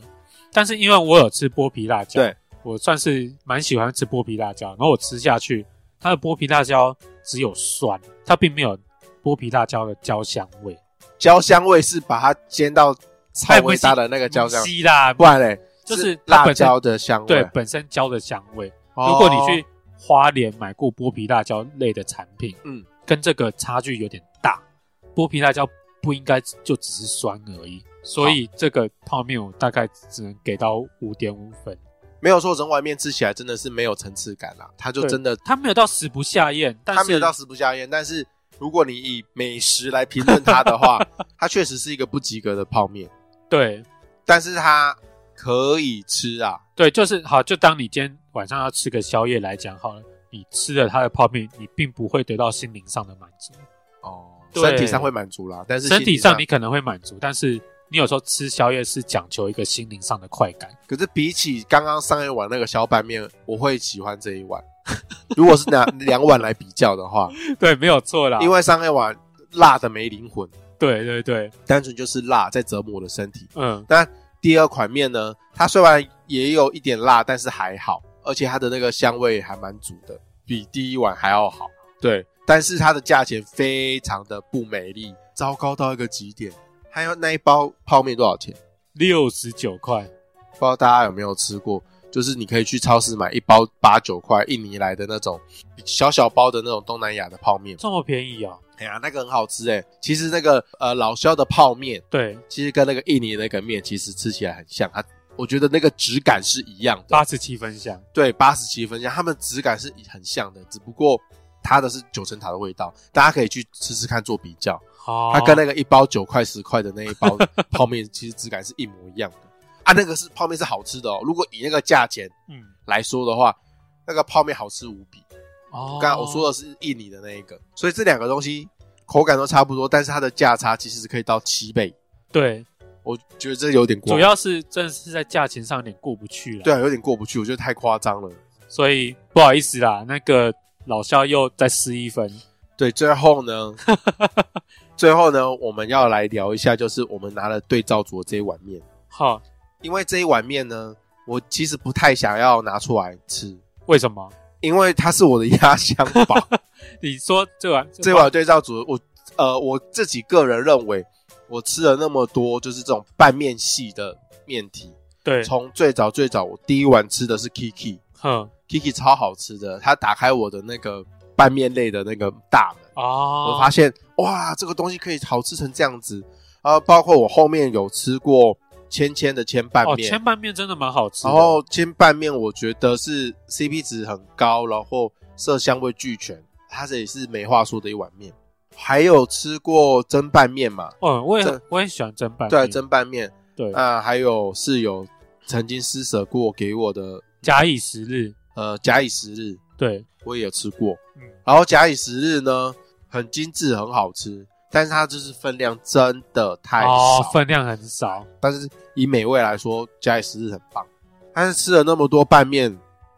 B: 但是因为我有吃剥皮辣椒，
A: 对，
B: 我算是蛮喜欢吃剥皮辣椒，然后我吃下去，它的剥皮辣椒只有酸，它并没有剥皮辣椒的焦香味，
A: 焦香味是把它煎到超味大的那个焦香，
B: 西啦，
A: 不然嘞
B: 就是它
A: 辣
B: 本身
A: 椒的香味。
B: 对本身椒的香味。
A: 哦
B: 如果你去花莲买过剥皮辣椒类的产品，
A: 嗯，
B: 跟这个差距有点大。剥皮辣椒不应该就只是酸而已，所以这个泡面我大概只能给到五点五分，
A: 没有说整碗面吃起来真的是没有层次感啦，啊它就
B: 对
A: 真的
B: 它没有到食不下咽，但
A: 它
B: 是
A: 没有到食不下咽。但是如果你以美食来评论它的 话，它确实是一个不及格的泡面。
B: 对
A: 但是它可以吃啊，
B: 对，就是好，就当你今天晚上要吃个宵夜来讲好了。你吃了它的泡面，你并不会得到心灵上的满足，
A: 哦，
B: 对
A: 身体上会满足啦，但是
B: 身体
A: 体
B: 上你可能会满足，但是你有时候吃宵夜是讲求一个心灵上的快感。
A: 可是比起刚刚上一碗那个小板面，我会喜欢这一碗。 如果是拿两碗来比较的话，
B: 对，没有错啦。
A: 因为上一碗辣的没灵魂，
B: 对对对，
A: 单纯就是辣在折磨我的身体。
B: 嗯，
A: 第二款面呢，它虽然也有一点辣，但是还好，而且它的那个香味还蛮足的，比第一碗还要好。对，但是它的价钱非常的不美丽，糟糕到一个极点。还有那一包泡面多少钱？
B: 六十九块，
A: 不知道大家有没有吃过？就是你可以去超市买一包八九块印尼来的那种小小包的那种东南亚的泡面，
B: 这么便宜哦。
A: 哎呀，那个很好吃哎、其实那个呃老肖的泡面，
B: 对，
A: 其实跟那个印尼的那个面其实吃起来很像，它我觉得那个质感是一样的。
B: 八十七分香。
A: 对，八十七分像，它们质感是很像的，只不过它的是九层塔的味道，大家可以去吃吃看做比较。
B: 好
A: 它跟那个一包九块十块的那一包泡面，其实质感是一模一样的啊。那个是泡面是好吃的哦，如果以那个价钱
B: 嗯，
A: 来说的话，那个泡面好吃无比。
B: 哦
A: 刚刚我说的是印尼的那一个，所以这两个东西口感都差不多，但是它的价差其实是可以到七倍，
B: 对，
A: 我觉得这有点过，
B: 主要是真的是在价钱上有点过不去了。
A: 对，啊，有点过不去，我觉得太夸张了。
B: 所以不好意思啦，那个老肖又再失一分。
A: 对，最后 呢，最后呢，我们要来聊一下，就是我们拿了对照组的这一碗面，
B: 哈，
A: 因为这一碗面呢，我其实不太想要拿出来吃，
B: 为什么？
A: 因为它是我的压箱宝。
B: 你说这碗
A: 这碗对照组，我呃我自己个人认为，我吃了那么多就是这种拌面系的面体，
B: 对，
A: 从最早最早我第一碗吃的是 Kiki，Kiki
B: 哼
A: 超好吃的，它打开我的那个拌面类的那个大门。
B: 哦，
A: 我发现哇，这个东西可以好吃成这样子啊！包括我后面有吃过芊芊的芊拌
B: 哦，
A: 面，
B: 千拌面真的蛮好吃的。
A: 然后芊拌面我觉得是 CP 值很高，然后色香味俱全，它这也是没话说的一碗面。还有吃过蒸拌面嘛？嗯
B: 嗯，我也
A: 这
B: 我也喜欢蒸拌面。
A: 对，蒸拌面
B: 对
A: 啊，还有室友曾经施舍过给我的
B: 假以时日，
A: 呃假以时日，
B: 对，
A: 我也有吃过。
B: 嗯，
A: 然后假以时日呢，很精致，很好吃，但是它就是分量真的太少。
B: 哦，分量很少。
A: 但是以美味来说，假以时日很棒。但是吃了那么多拌面，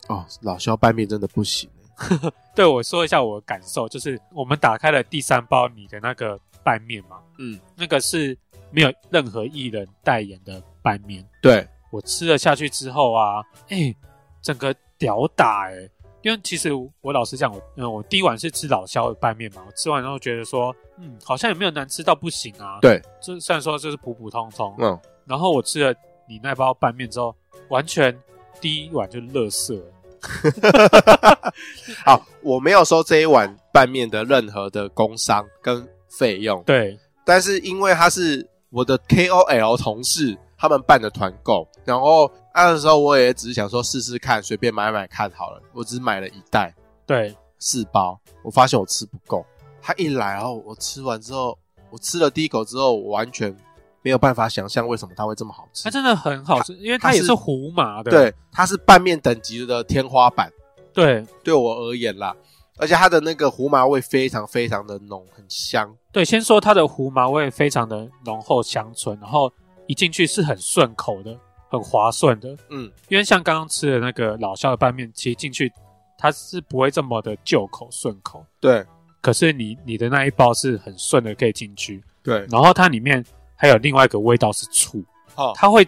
A: 哦，老肖拌面真的不行。欸
B: 对我说一下我的感受，就是我们打开了第三包你的那个拌面嘛，
A: 嗯，
B: 那个是没有任何艺人代言的拌面，
A: 对，
B: 我吃了下去之后啊，哎、整个屌打哎、因为其实我老实讲，我嗯，我第一碗是吃老肖的拌面嘛，我吃完之后觉得说，嗯，好像也没有难吃到不行啊。
A: 对，
B: 这虽然说就是普普通通，
A: 嗯，
B: 然后我吃了你那包拌面之后，完全第一碗就乐色，
A: 好，我没有收这一碗拌面的任何的工商跟费用，
B: 对，
A: 但是因为他是我的 KOL 同事，他们办的团购，然后那时候我也只是想说试试看，随便买买看好了，我只买了一袋
B: 对，
A: 四包，我发现我吃不够，他一来后我吃完之后，我吃了第一口之后，我完全没有办法想象为什么它会这么好吃
B: 它，真的很好吃，因为它
A: 它
B: 也
A: 是
B: 是胡麻的，
A: 对，它是拌面等级的天花板。
B: 对
A: 对我而言啦，而且它的那个胡麻味非常非常的浓，很香。
B: 对，先说它的胡麻味非常的浓厚香醇，然后一进去是很顺口的，很滑顺的，
A: 嗯，
B: 因为像刚刚吃的那个老肖的拌面，其实进去它是不会这么的就口顺口，
A: 对
B: 可是你你的那一包是很顺的可以进去，
A: 对，
B: 然后它里面还有另外一个味道是醋，
A: 好、
B: 它会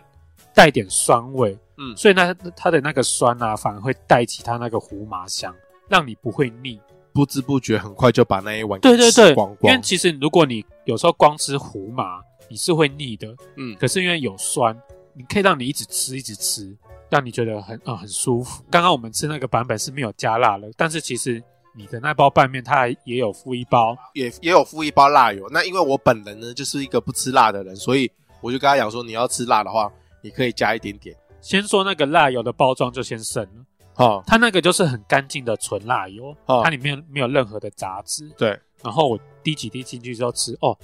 B: 带点酸味，
A: 嗯
B: 所以呢它的那个酸啊，反而会带起它那个胡麻香，让你不会腻。
A: 不知不觉很快就把那一碗
B: 对对
A: 吃
B: 对，
A: 光
B: 因为
A: 光。
B: 其实如果你有时候光吃胡麻，你是会腻的，
A: 嗯，
B: 可是因为有酸，你可以让你一直吃一直吃，让你觉得很啊、很舒服。刚刚我们吃那个版本是没有加辣的，但是其实你的那包拌面它还也有附一包，
A: 也也有附一包辣油。那因为我本人呢就是一个不吃辣的人，所以我就跟他讲说，你要吃辣的话，你可以加一点点。
B: 先说那个辣油的包装就先省了，
A: 哦，
B: 它那个就是很干净的纯辣油，
A: 哦
B: 它里面没有任何的杂质。
A: 对，
B: 然后我滴几滴进去之后吃，哦，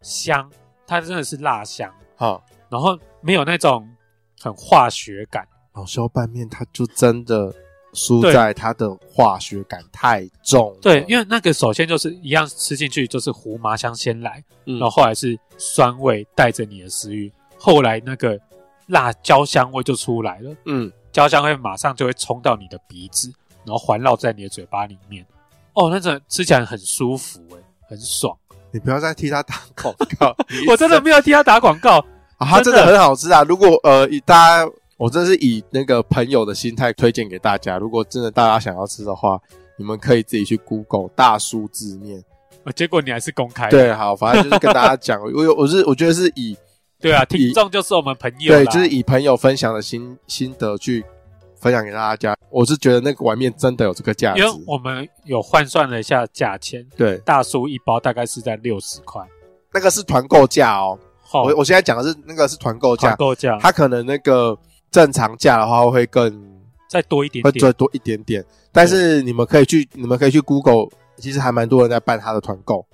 B: 香，它真的是辣香，
A: 好、
B: 然后没有那种很化学感。
A: 老肖拌面它就真的输
B: 对
A: 在它的化学感太重了。
B: 对，因为那个首先就是一样吃进去就是胡麻香先来，
A: 嗯
B: 然后后来是酸味带着你的食欲，后来那个辣椒香味就出来了，
A: 嗯，
B: 椒香味马上就会冲到你的鼻子，然后环绕在你的嘴巴里面。哦，那种吃起来很舒服诶、很爽。，
A: 你不要再替他打广告
B: 我真的没有替他打广告，
A: 啊，它真
B: 真
A: 的
B: 的
A: 很好吃啊！如果呃，以大家，我真的是以那个朋友的心态推荐给大家。如果真的大家想要吃的话，你们可以自己去 Google 大叔字面。
B: 呃结果你还是公开的。
A: 对，好，反正就是跟大家讲，我有我是我觉得是以
B: 对啊，
A: 以
B: 听众就是我们朋友啦。
A: 对，就是以朋友分享的心心得去分享给大家。我是觉得那个碗面真的有这个价值
B: 因为，我们有换算了一下价钱，
A: 对，
B: 大叔一包大概是在六十块。
A: 那个是团购价哦。
B: 哦
A: 我我现在讲的是那个是团购
B: 团
A: 价，
B: 购价
A: 它可能那个正常价的话会更
B: 再多一点
A: 会
B: 点
A: 再，多一点点。但是你们可以去，你们可以去 Google，其实还蛮多人在办他的团购。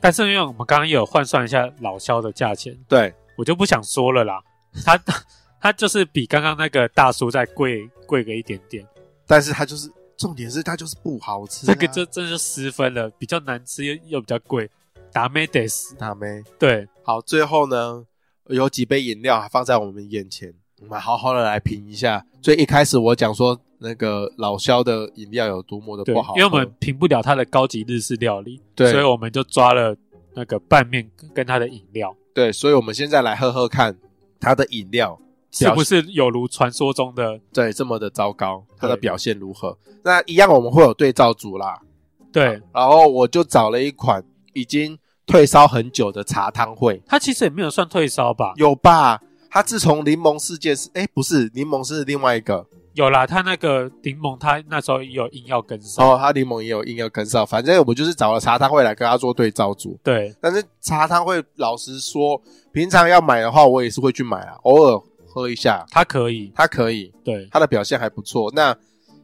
B: 但是因为我们刚刚也有换算一下老肖的价钱，
A: 对，
B: 我就不想 说了啦。他他就是比刚刚那个大叔再贵贵个一点点，
A: 但是它就是重点是它就是不好吃、啊
B: 这个这这就失分了，比较难吃又又比较贵。达美得斯，
A: 大妹。
B: 对，
A: 好，最后呢，有几杯饮料放在我们眼前，我们好好的来品一下。所以一开始我讲说那个老肖的饮料有多么的
B: 对
A: 不好，哦嗯
B: 因为我们评不了它的高级日式料理，
A: 对
B: 所以我们就抓了那个拌面跟它的饮料，
A: 对，所以我们现在来喝喝看它的饮料
B: 是不是有如传说中的
A: 对这么的糟糕，它的
B: 对
A: 表现如何？那一样我们会有对照组啦，
B: 对？
A: 然后我就找了一款已经退烧很久的茶汤会，
B: 它其实也没有算退烧吧？
A: 有吧？它自从柠檬世界是，哎，不是柠檬是另外一个，
B: 有啦，它那个柠檬，它那时候也有硬要跟上，
A: 然后它哦柠檬也有硬要跟上，反正我就是找了茶汤会来跟它做对照组。
B: 对
A: 但是茶汤会老实说，平常要买的话，我也是会去买啊，偶尔喝一下，
B: 它可以，
A: 它可以，
B: 对
A: 它的表现还不错。那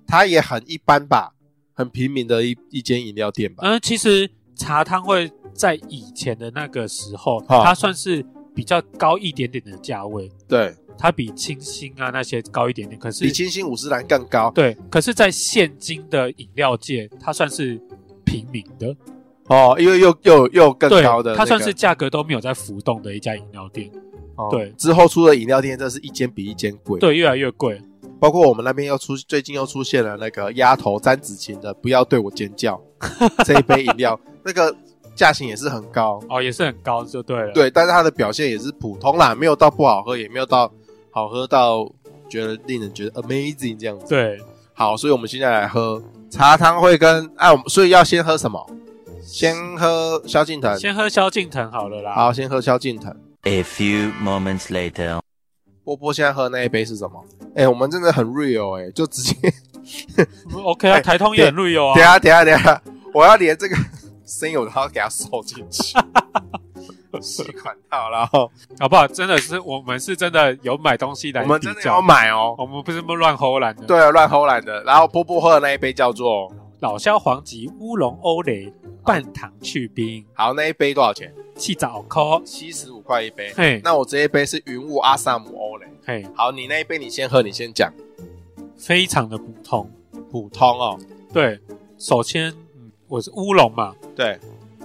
A: 它也很一般吧，很平民的一一间饮料店吧。
B: 嗯，其实茶汤会在以前的那个时候，
A: 哈
B: 它算是比较高一点点的价位，
A: 对，
B: 它比清新啊那些高一点点。可是
A: 比清新五十岚更高
B: 对，可是，在现今的饮料界，它算是平民的，
A: 哦，因为又又又更
B: 对
A: 高的、，
B: 它算是价格都没有在浮动的一家饮料店，
A: 哦
B: 对
A: 之后出的饮料店，真的是一间比一间贵。，
B: 对，越来越贵。
A: 包括我们那边又出，最近又出现了那个丫头詹子晴的“不要对我尖叫”这一杯饮料，那个价钱也是很高，
B: 哦，也是很高，就对了。
A: 对，但是它的表现也是普通啦，没有呃到不好喝，也没有到好喝到觉得令人觉得 amazing 这样子。
B: 对，
A: 好，所以我们现在来喝茶汤会跟哎，我们所以要先喝什么？先喝萧敬腾。
B: 先喝萧敬腾好了啦。
A: 嗯好，先喝萧敬腾。
D: A few moments later.
A: 波波现在喝的那一杯是什么？哎、我们真的很 real 哎、就直接
B: ，OK 啊，
A: 哎
B: 台通也很绿油
A: 等一
B: 啊。
A: 下等一下等一下， 我要连这个声音我都要给它收进 去，吸管套，然后
B: 好不好？真的是我们是真的有买东西来
A: 哦我
B: 比较，
A: 们真的要买哦。
B: 我们不是乱胡乱的。，
A: 对，啊乱齁懒的。然后波波喝的那一杯叫做
B: 老萧黄吉乌龙欧蕾半糖去冰，
A: 好，那一杯多少钱？
B: 气炸扣。
A: 七十五块一杯。
B: 嘿，
A: 那我这一杯是云雾阿萨姆欧蕾。
B: 嘿，
A: 好，你那一杯你先喝，你先讲。
B: 非常的普通。
A: 普通哦，
B: 对，首先，嗯，我是乌龙嘛，
A: 对，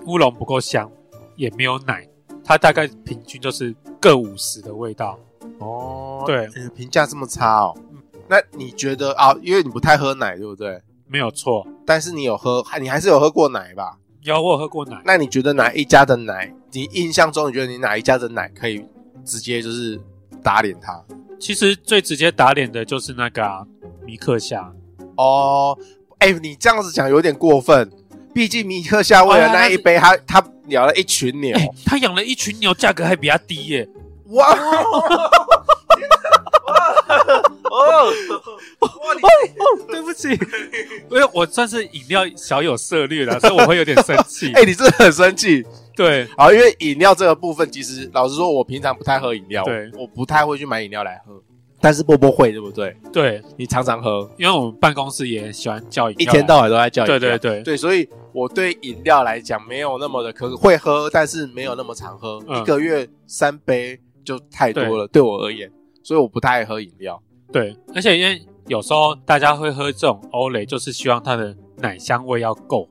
B: 乌龙不够香，也没有奶，它大概平均就是各五十的味道。
A: 哦
B: 对
A: 呃评价这么差哦
B: 嗯。
A: 那你觉得啊？因为你不太喝奶，对不对？
B: 没有错。
A: 但是你有喝，你还是有喝过奶吧？
B: 有我有喝过奶，
A: 那你觉得哪一家的奶？你印象中你觉得你哪一家的奶可以直接就是打脸它？
B: 其实最直接打脸的就是那个、啊、米克夏，
A: 哦，哎、你这样子讲有点过分。毕竟米克夏为了哦那一杯，他他咬了一群牛。
B: 哎、他养了一群牛，价格还比他 低耶、
A: 哇！哦，哇！
B: 哦，对不起， 因为我算是饮料小有涉略 啦，所以我会有点生气。
A: 哎、你真的很生气
B: 对，
A: 啊！因为饮料这个部分，其实老实说，我平常不太喝饮料，
B: 对
A: 我不太会去买饮料来喝。但是波波会，对不对？
B: 对，
A: 你常常喝，
B: 因为我们办公室也喜欢叫饮
A: 一
B: 料来，
A: 天到晚都在叫饮料。
B: 对对对
A: 对，所以我对饮料来讲没有那么的可口会喝，但是没有那么常喝，
B: 嗯
A: 一个月三杯就太多了，对我而言，所以我不太爱喝饮料。
B: 对，而且因为有时候大家会喝这种欧蕾，就是希望它的奶香味要够，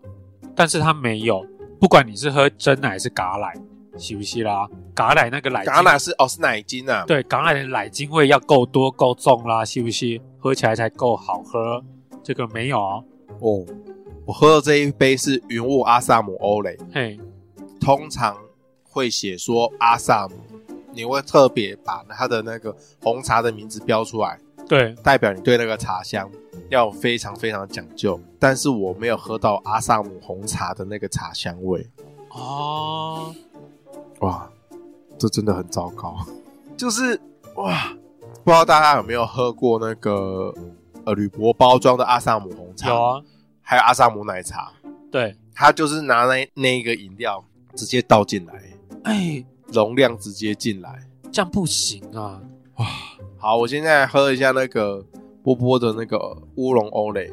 B: 但是它没有。不管你是喝真奶还是嘎奶，喜不喜啦？嘎奶那个奶精
A: 橄榄是哦是奶精啊，
B: 对，港奶的奶精味要够多够重啦，是不是？喝起来才够好喝。这个没有哦，
A: 哦，我喝的这一杯是云雾阿萨姆欧蕾，
B: 嘿，
A: 通常会写说阿萨姆，你会特别把它的那个红茶的名字标出来，
B: 对，
A: 代表你对那个茶香要非常非常讲究。但是我没有喝到阿萨姆红茶的那个茶香味，啊
B: 哦，
A: 哇，这真的很糟糕。就是哇，不知道大家有没有喝过那个呃铝箔包装的阿萨姆红茶，
B: 有啊，
A: 还有阿萨姆奶茶，
B: 对，
A: 他就是拿那那一个饮料直接倒进来，
B: 哎，
A: 容量直接进来。
B: 这样不行啊，
A: 好，我现在喝一下那个波波的那个乌龙欧蕾，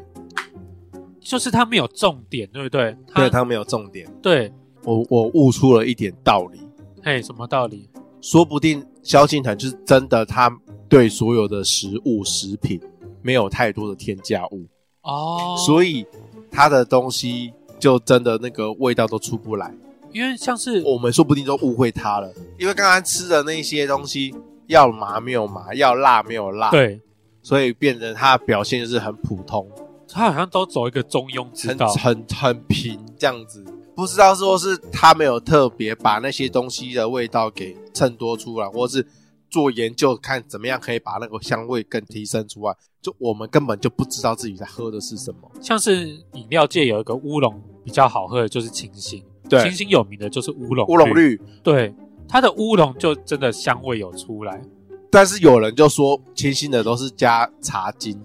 B: 就是它没有重点，对不对？
A: 对，它没有重点，
B: 对，
A: 我我悟出了一点道理，
B: 嘿，什么道理？
A: 说不定萧敬腾就是真的，他对所有的食物食品没有太多的添加物，
B: 哦，
A: 所以他的东西就真的那个味道都出不来。
B: 因为像是
A: 我们说不定都误会他了，因为刚刚吃的那些东西，要麻没有麻，要辣没有辣，，
B: 对，
A: 所以变成他的表现就是很普通，
B: 它好像都走一个中庸之
A: 很
B: 道，
A: 很很平这样子。不知道说是他没有特别把那些东西的味道给衬托出来，或是做研究看怎么样可以把那个香味更提升出来。就我们根本就不知道自己在喝的是什么。
B: 像是饮料界有一个乌龙比较好喝的就是清新，
A: 对
B: 清新有名的就是乌龙
A: 乌龙，绿，
B: 对，它的乌龙就真的香味有出来。
A: 但是有人就说清新的都是加茶精，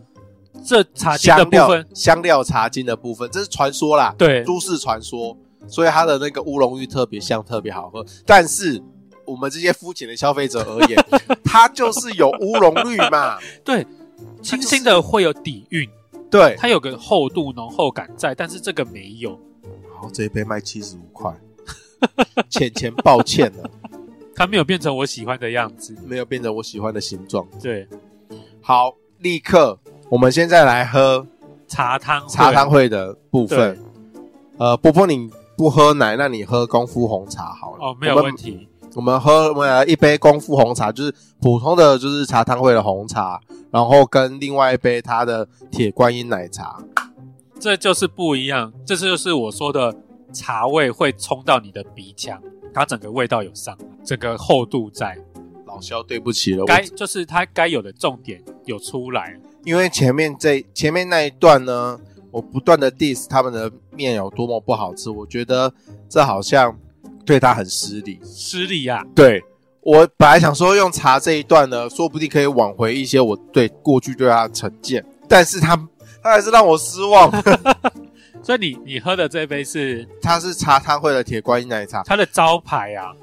B: 这茶精的
A: 香
B: 部
A: 料
B: 分，
A: 香料茶精的部分，这是传说啦，
B: 对
A: 都市传说，所以它的那个乌龙玉特别香，特别好喝。但是我们这些肤浅的消费者而 言，它就是有乌龙绿嘛，
B: 对，清新的会有底蕴，
A: 对。
B: 它有个厚度浓厚感在，但是这个没有，
A: 然后这一杯卖七十五块，浅浅抱歉了，
B: 它没有变成我喜欢的样子。
A: 没有变成我喜欢的形状。
B: 对，
A: 好，立刻，我们现在来喝
B: 茶汤
A: 茶汤
B: 会
A: 会的部分
B: 对。
A: 呃，波波你不喝奶，那你喝功夫红茶好了。
B: 哦，没有
A: 我们
B: 问题。
A: 我们喝我们来一杯功夫红茶，就是普通的就是茶汤会的红茶，然后跟另外一杯它的铁观音奶茶。
B: 这就是不一样，这就是我说的茶味会冲到你的鼻腔，它整个味道有上来，整个厚度在。
A: 好笑，对不起了，我
B: 该就是他该有的重点有出来，
A: 因为前面这前面那一段呢，我不断的 diss 他们的面有多么不好吃，我觉得这好像对他很失礼。
B: 失礼啊，
A: 对我本来想说用查这一段呢，说不定可以挽回一些我对过去对他的成见，但是他他还是让我失望。
B: 所以你你喝的这杯是
A: 他是茶汤会的铁观音奶茶，
B: 它的招牌啊，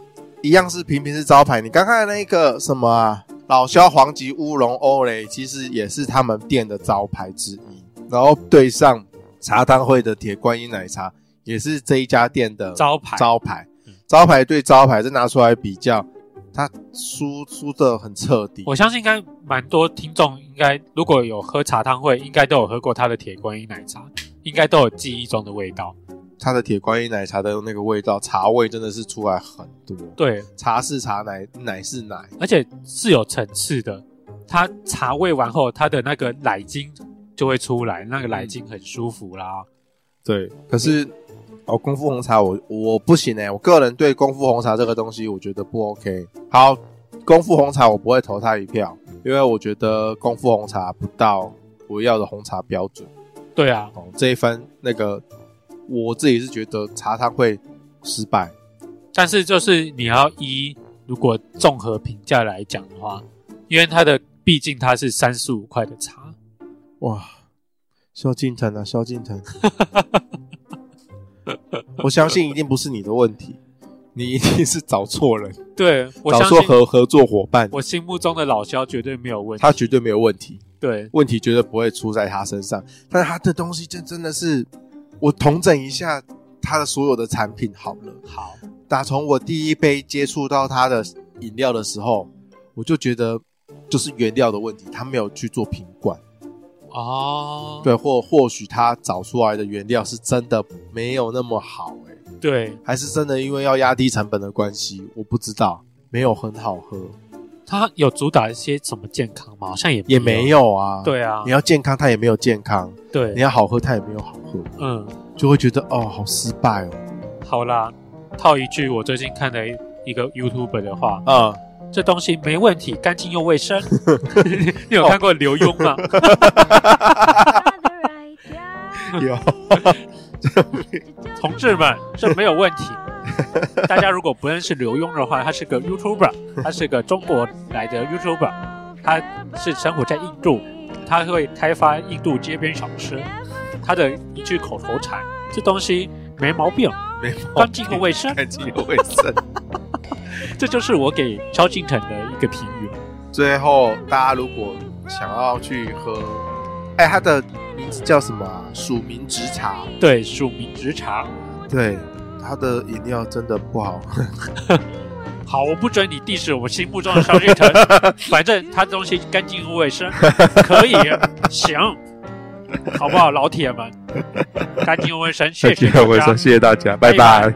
A: 一样是平平是招牌。你刚看的那个什么啊，老萧黄吉乌龙欧蕾，其实也是他们店的招牌之一。然后对上茶汤会的铁观音奶茶，也是这一家店的
B: 招牌
A: 招牌
B: 嗯。
A: 招牌对招牌，再拿出来比较，它输输的很彻底。
B: 我相信应该蛮多听众应该如果有喝茶汤会，应该都有喝过它的铁观音奶茶，应该都有记忆中的味道。
A: 它的铁观音奶茶的那个味道，茶味真的是出来很多。
B: 对，
A: 茶是茶，奶奶是奶，
B: 而且是有层次的。它茶味完后，它的那个奶精就会出来，那个奶精很舒服啦。
A: 对，可是哦，功夫红茶我我不行哎、我个人对功夫红茶这个东西我觉得不 OK。好，功夫红茶我不会投他一票，因为我觉得功夫红茶不到我要的红茶标准。
B: 对啊，
A: 哦，这一番那个我自己是觉得茶汤会失败。
B: 但是就是你要依如果综合评价来讲的话，因为它的毕竟它是三十五块的茶，
A: 哇，萧敬腾啊，萧敬腾， 我相信一定不是你的问题，你一定是找错人，
B: 对我
A: 找
B: 相
A: 错
B: 信
A: 合合作伙伴，
B: 我心目中的老肖绝对没有问题。
A: 他绝对没有问题。
B: 对
A: 问题绝对不会出在他身上，但是他的东西就真的是，我统整一下他的所有的产品好了。
B: 好，
A: 打从我第一杯接触到他的饮料的时候，我就觉得就是原料的问题，他没有去做品管，
B: 哦，
A: 对，或或许他找出来的原料是真的没有那么好、欸，
B: 对，
A: 还是真的因为要压低成本的关系，我不知道，没有很好喝，
B: 它有主打一些什么健康吗？好像也
A: 也
B: 也
A: 没
B: 有。
A: 有啊，，
B: 对啊
A: 你，要健康，他也没有健康，你
B: 对，
A: 要好喝，他也没有好喝。
B: 嗯，
A: 就会觉得哦，好失败哦。
B: 好啦，套一句我最近看的一个 YouTube 的话，
A: 啊、
B: 这东西没问题，干净又卫生。 哦你有看过刘墉吗？
C: Father, I die.
B: 嗯
A: 有
B: 同志们，这没有问题。大家如果不认识刘墉的话，他是个 YouTuber，他是个中国来的 YouTuber，他是生活在印度，他会开发印度街边小吃。他的一句口头禅，这东西没毛病，
A: 没
B: 干净又卫生，
A: 干净又卫生。
B: 这就是我给萧敬腾的一个评语。
A: 最后，大家如果想要去喝，哎，它的名字叫什么、啊？署名直茶。
B: 对，署名直茶。
A: 对，它的饮料真的不好 喝。
B: 好，我不准你 diss 我心目中的萧敬 腾，反正他东西干净又卫生，可以，行，好不好，老铁们？干净又卫生，谢谢大家。
A: 谢大家，
B: 拜拜。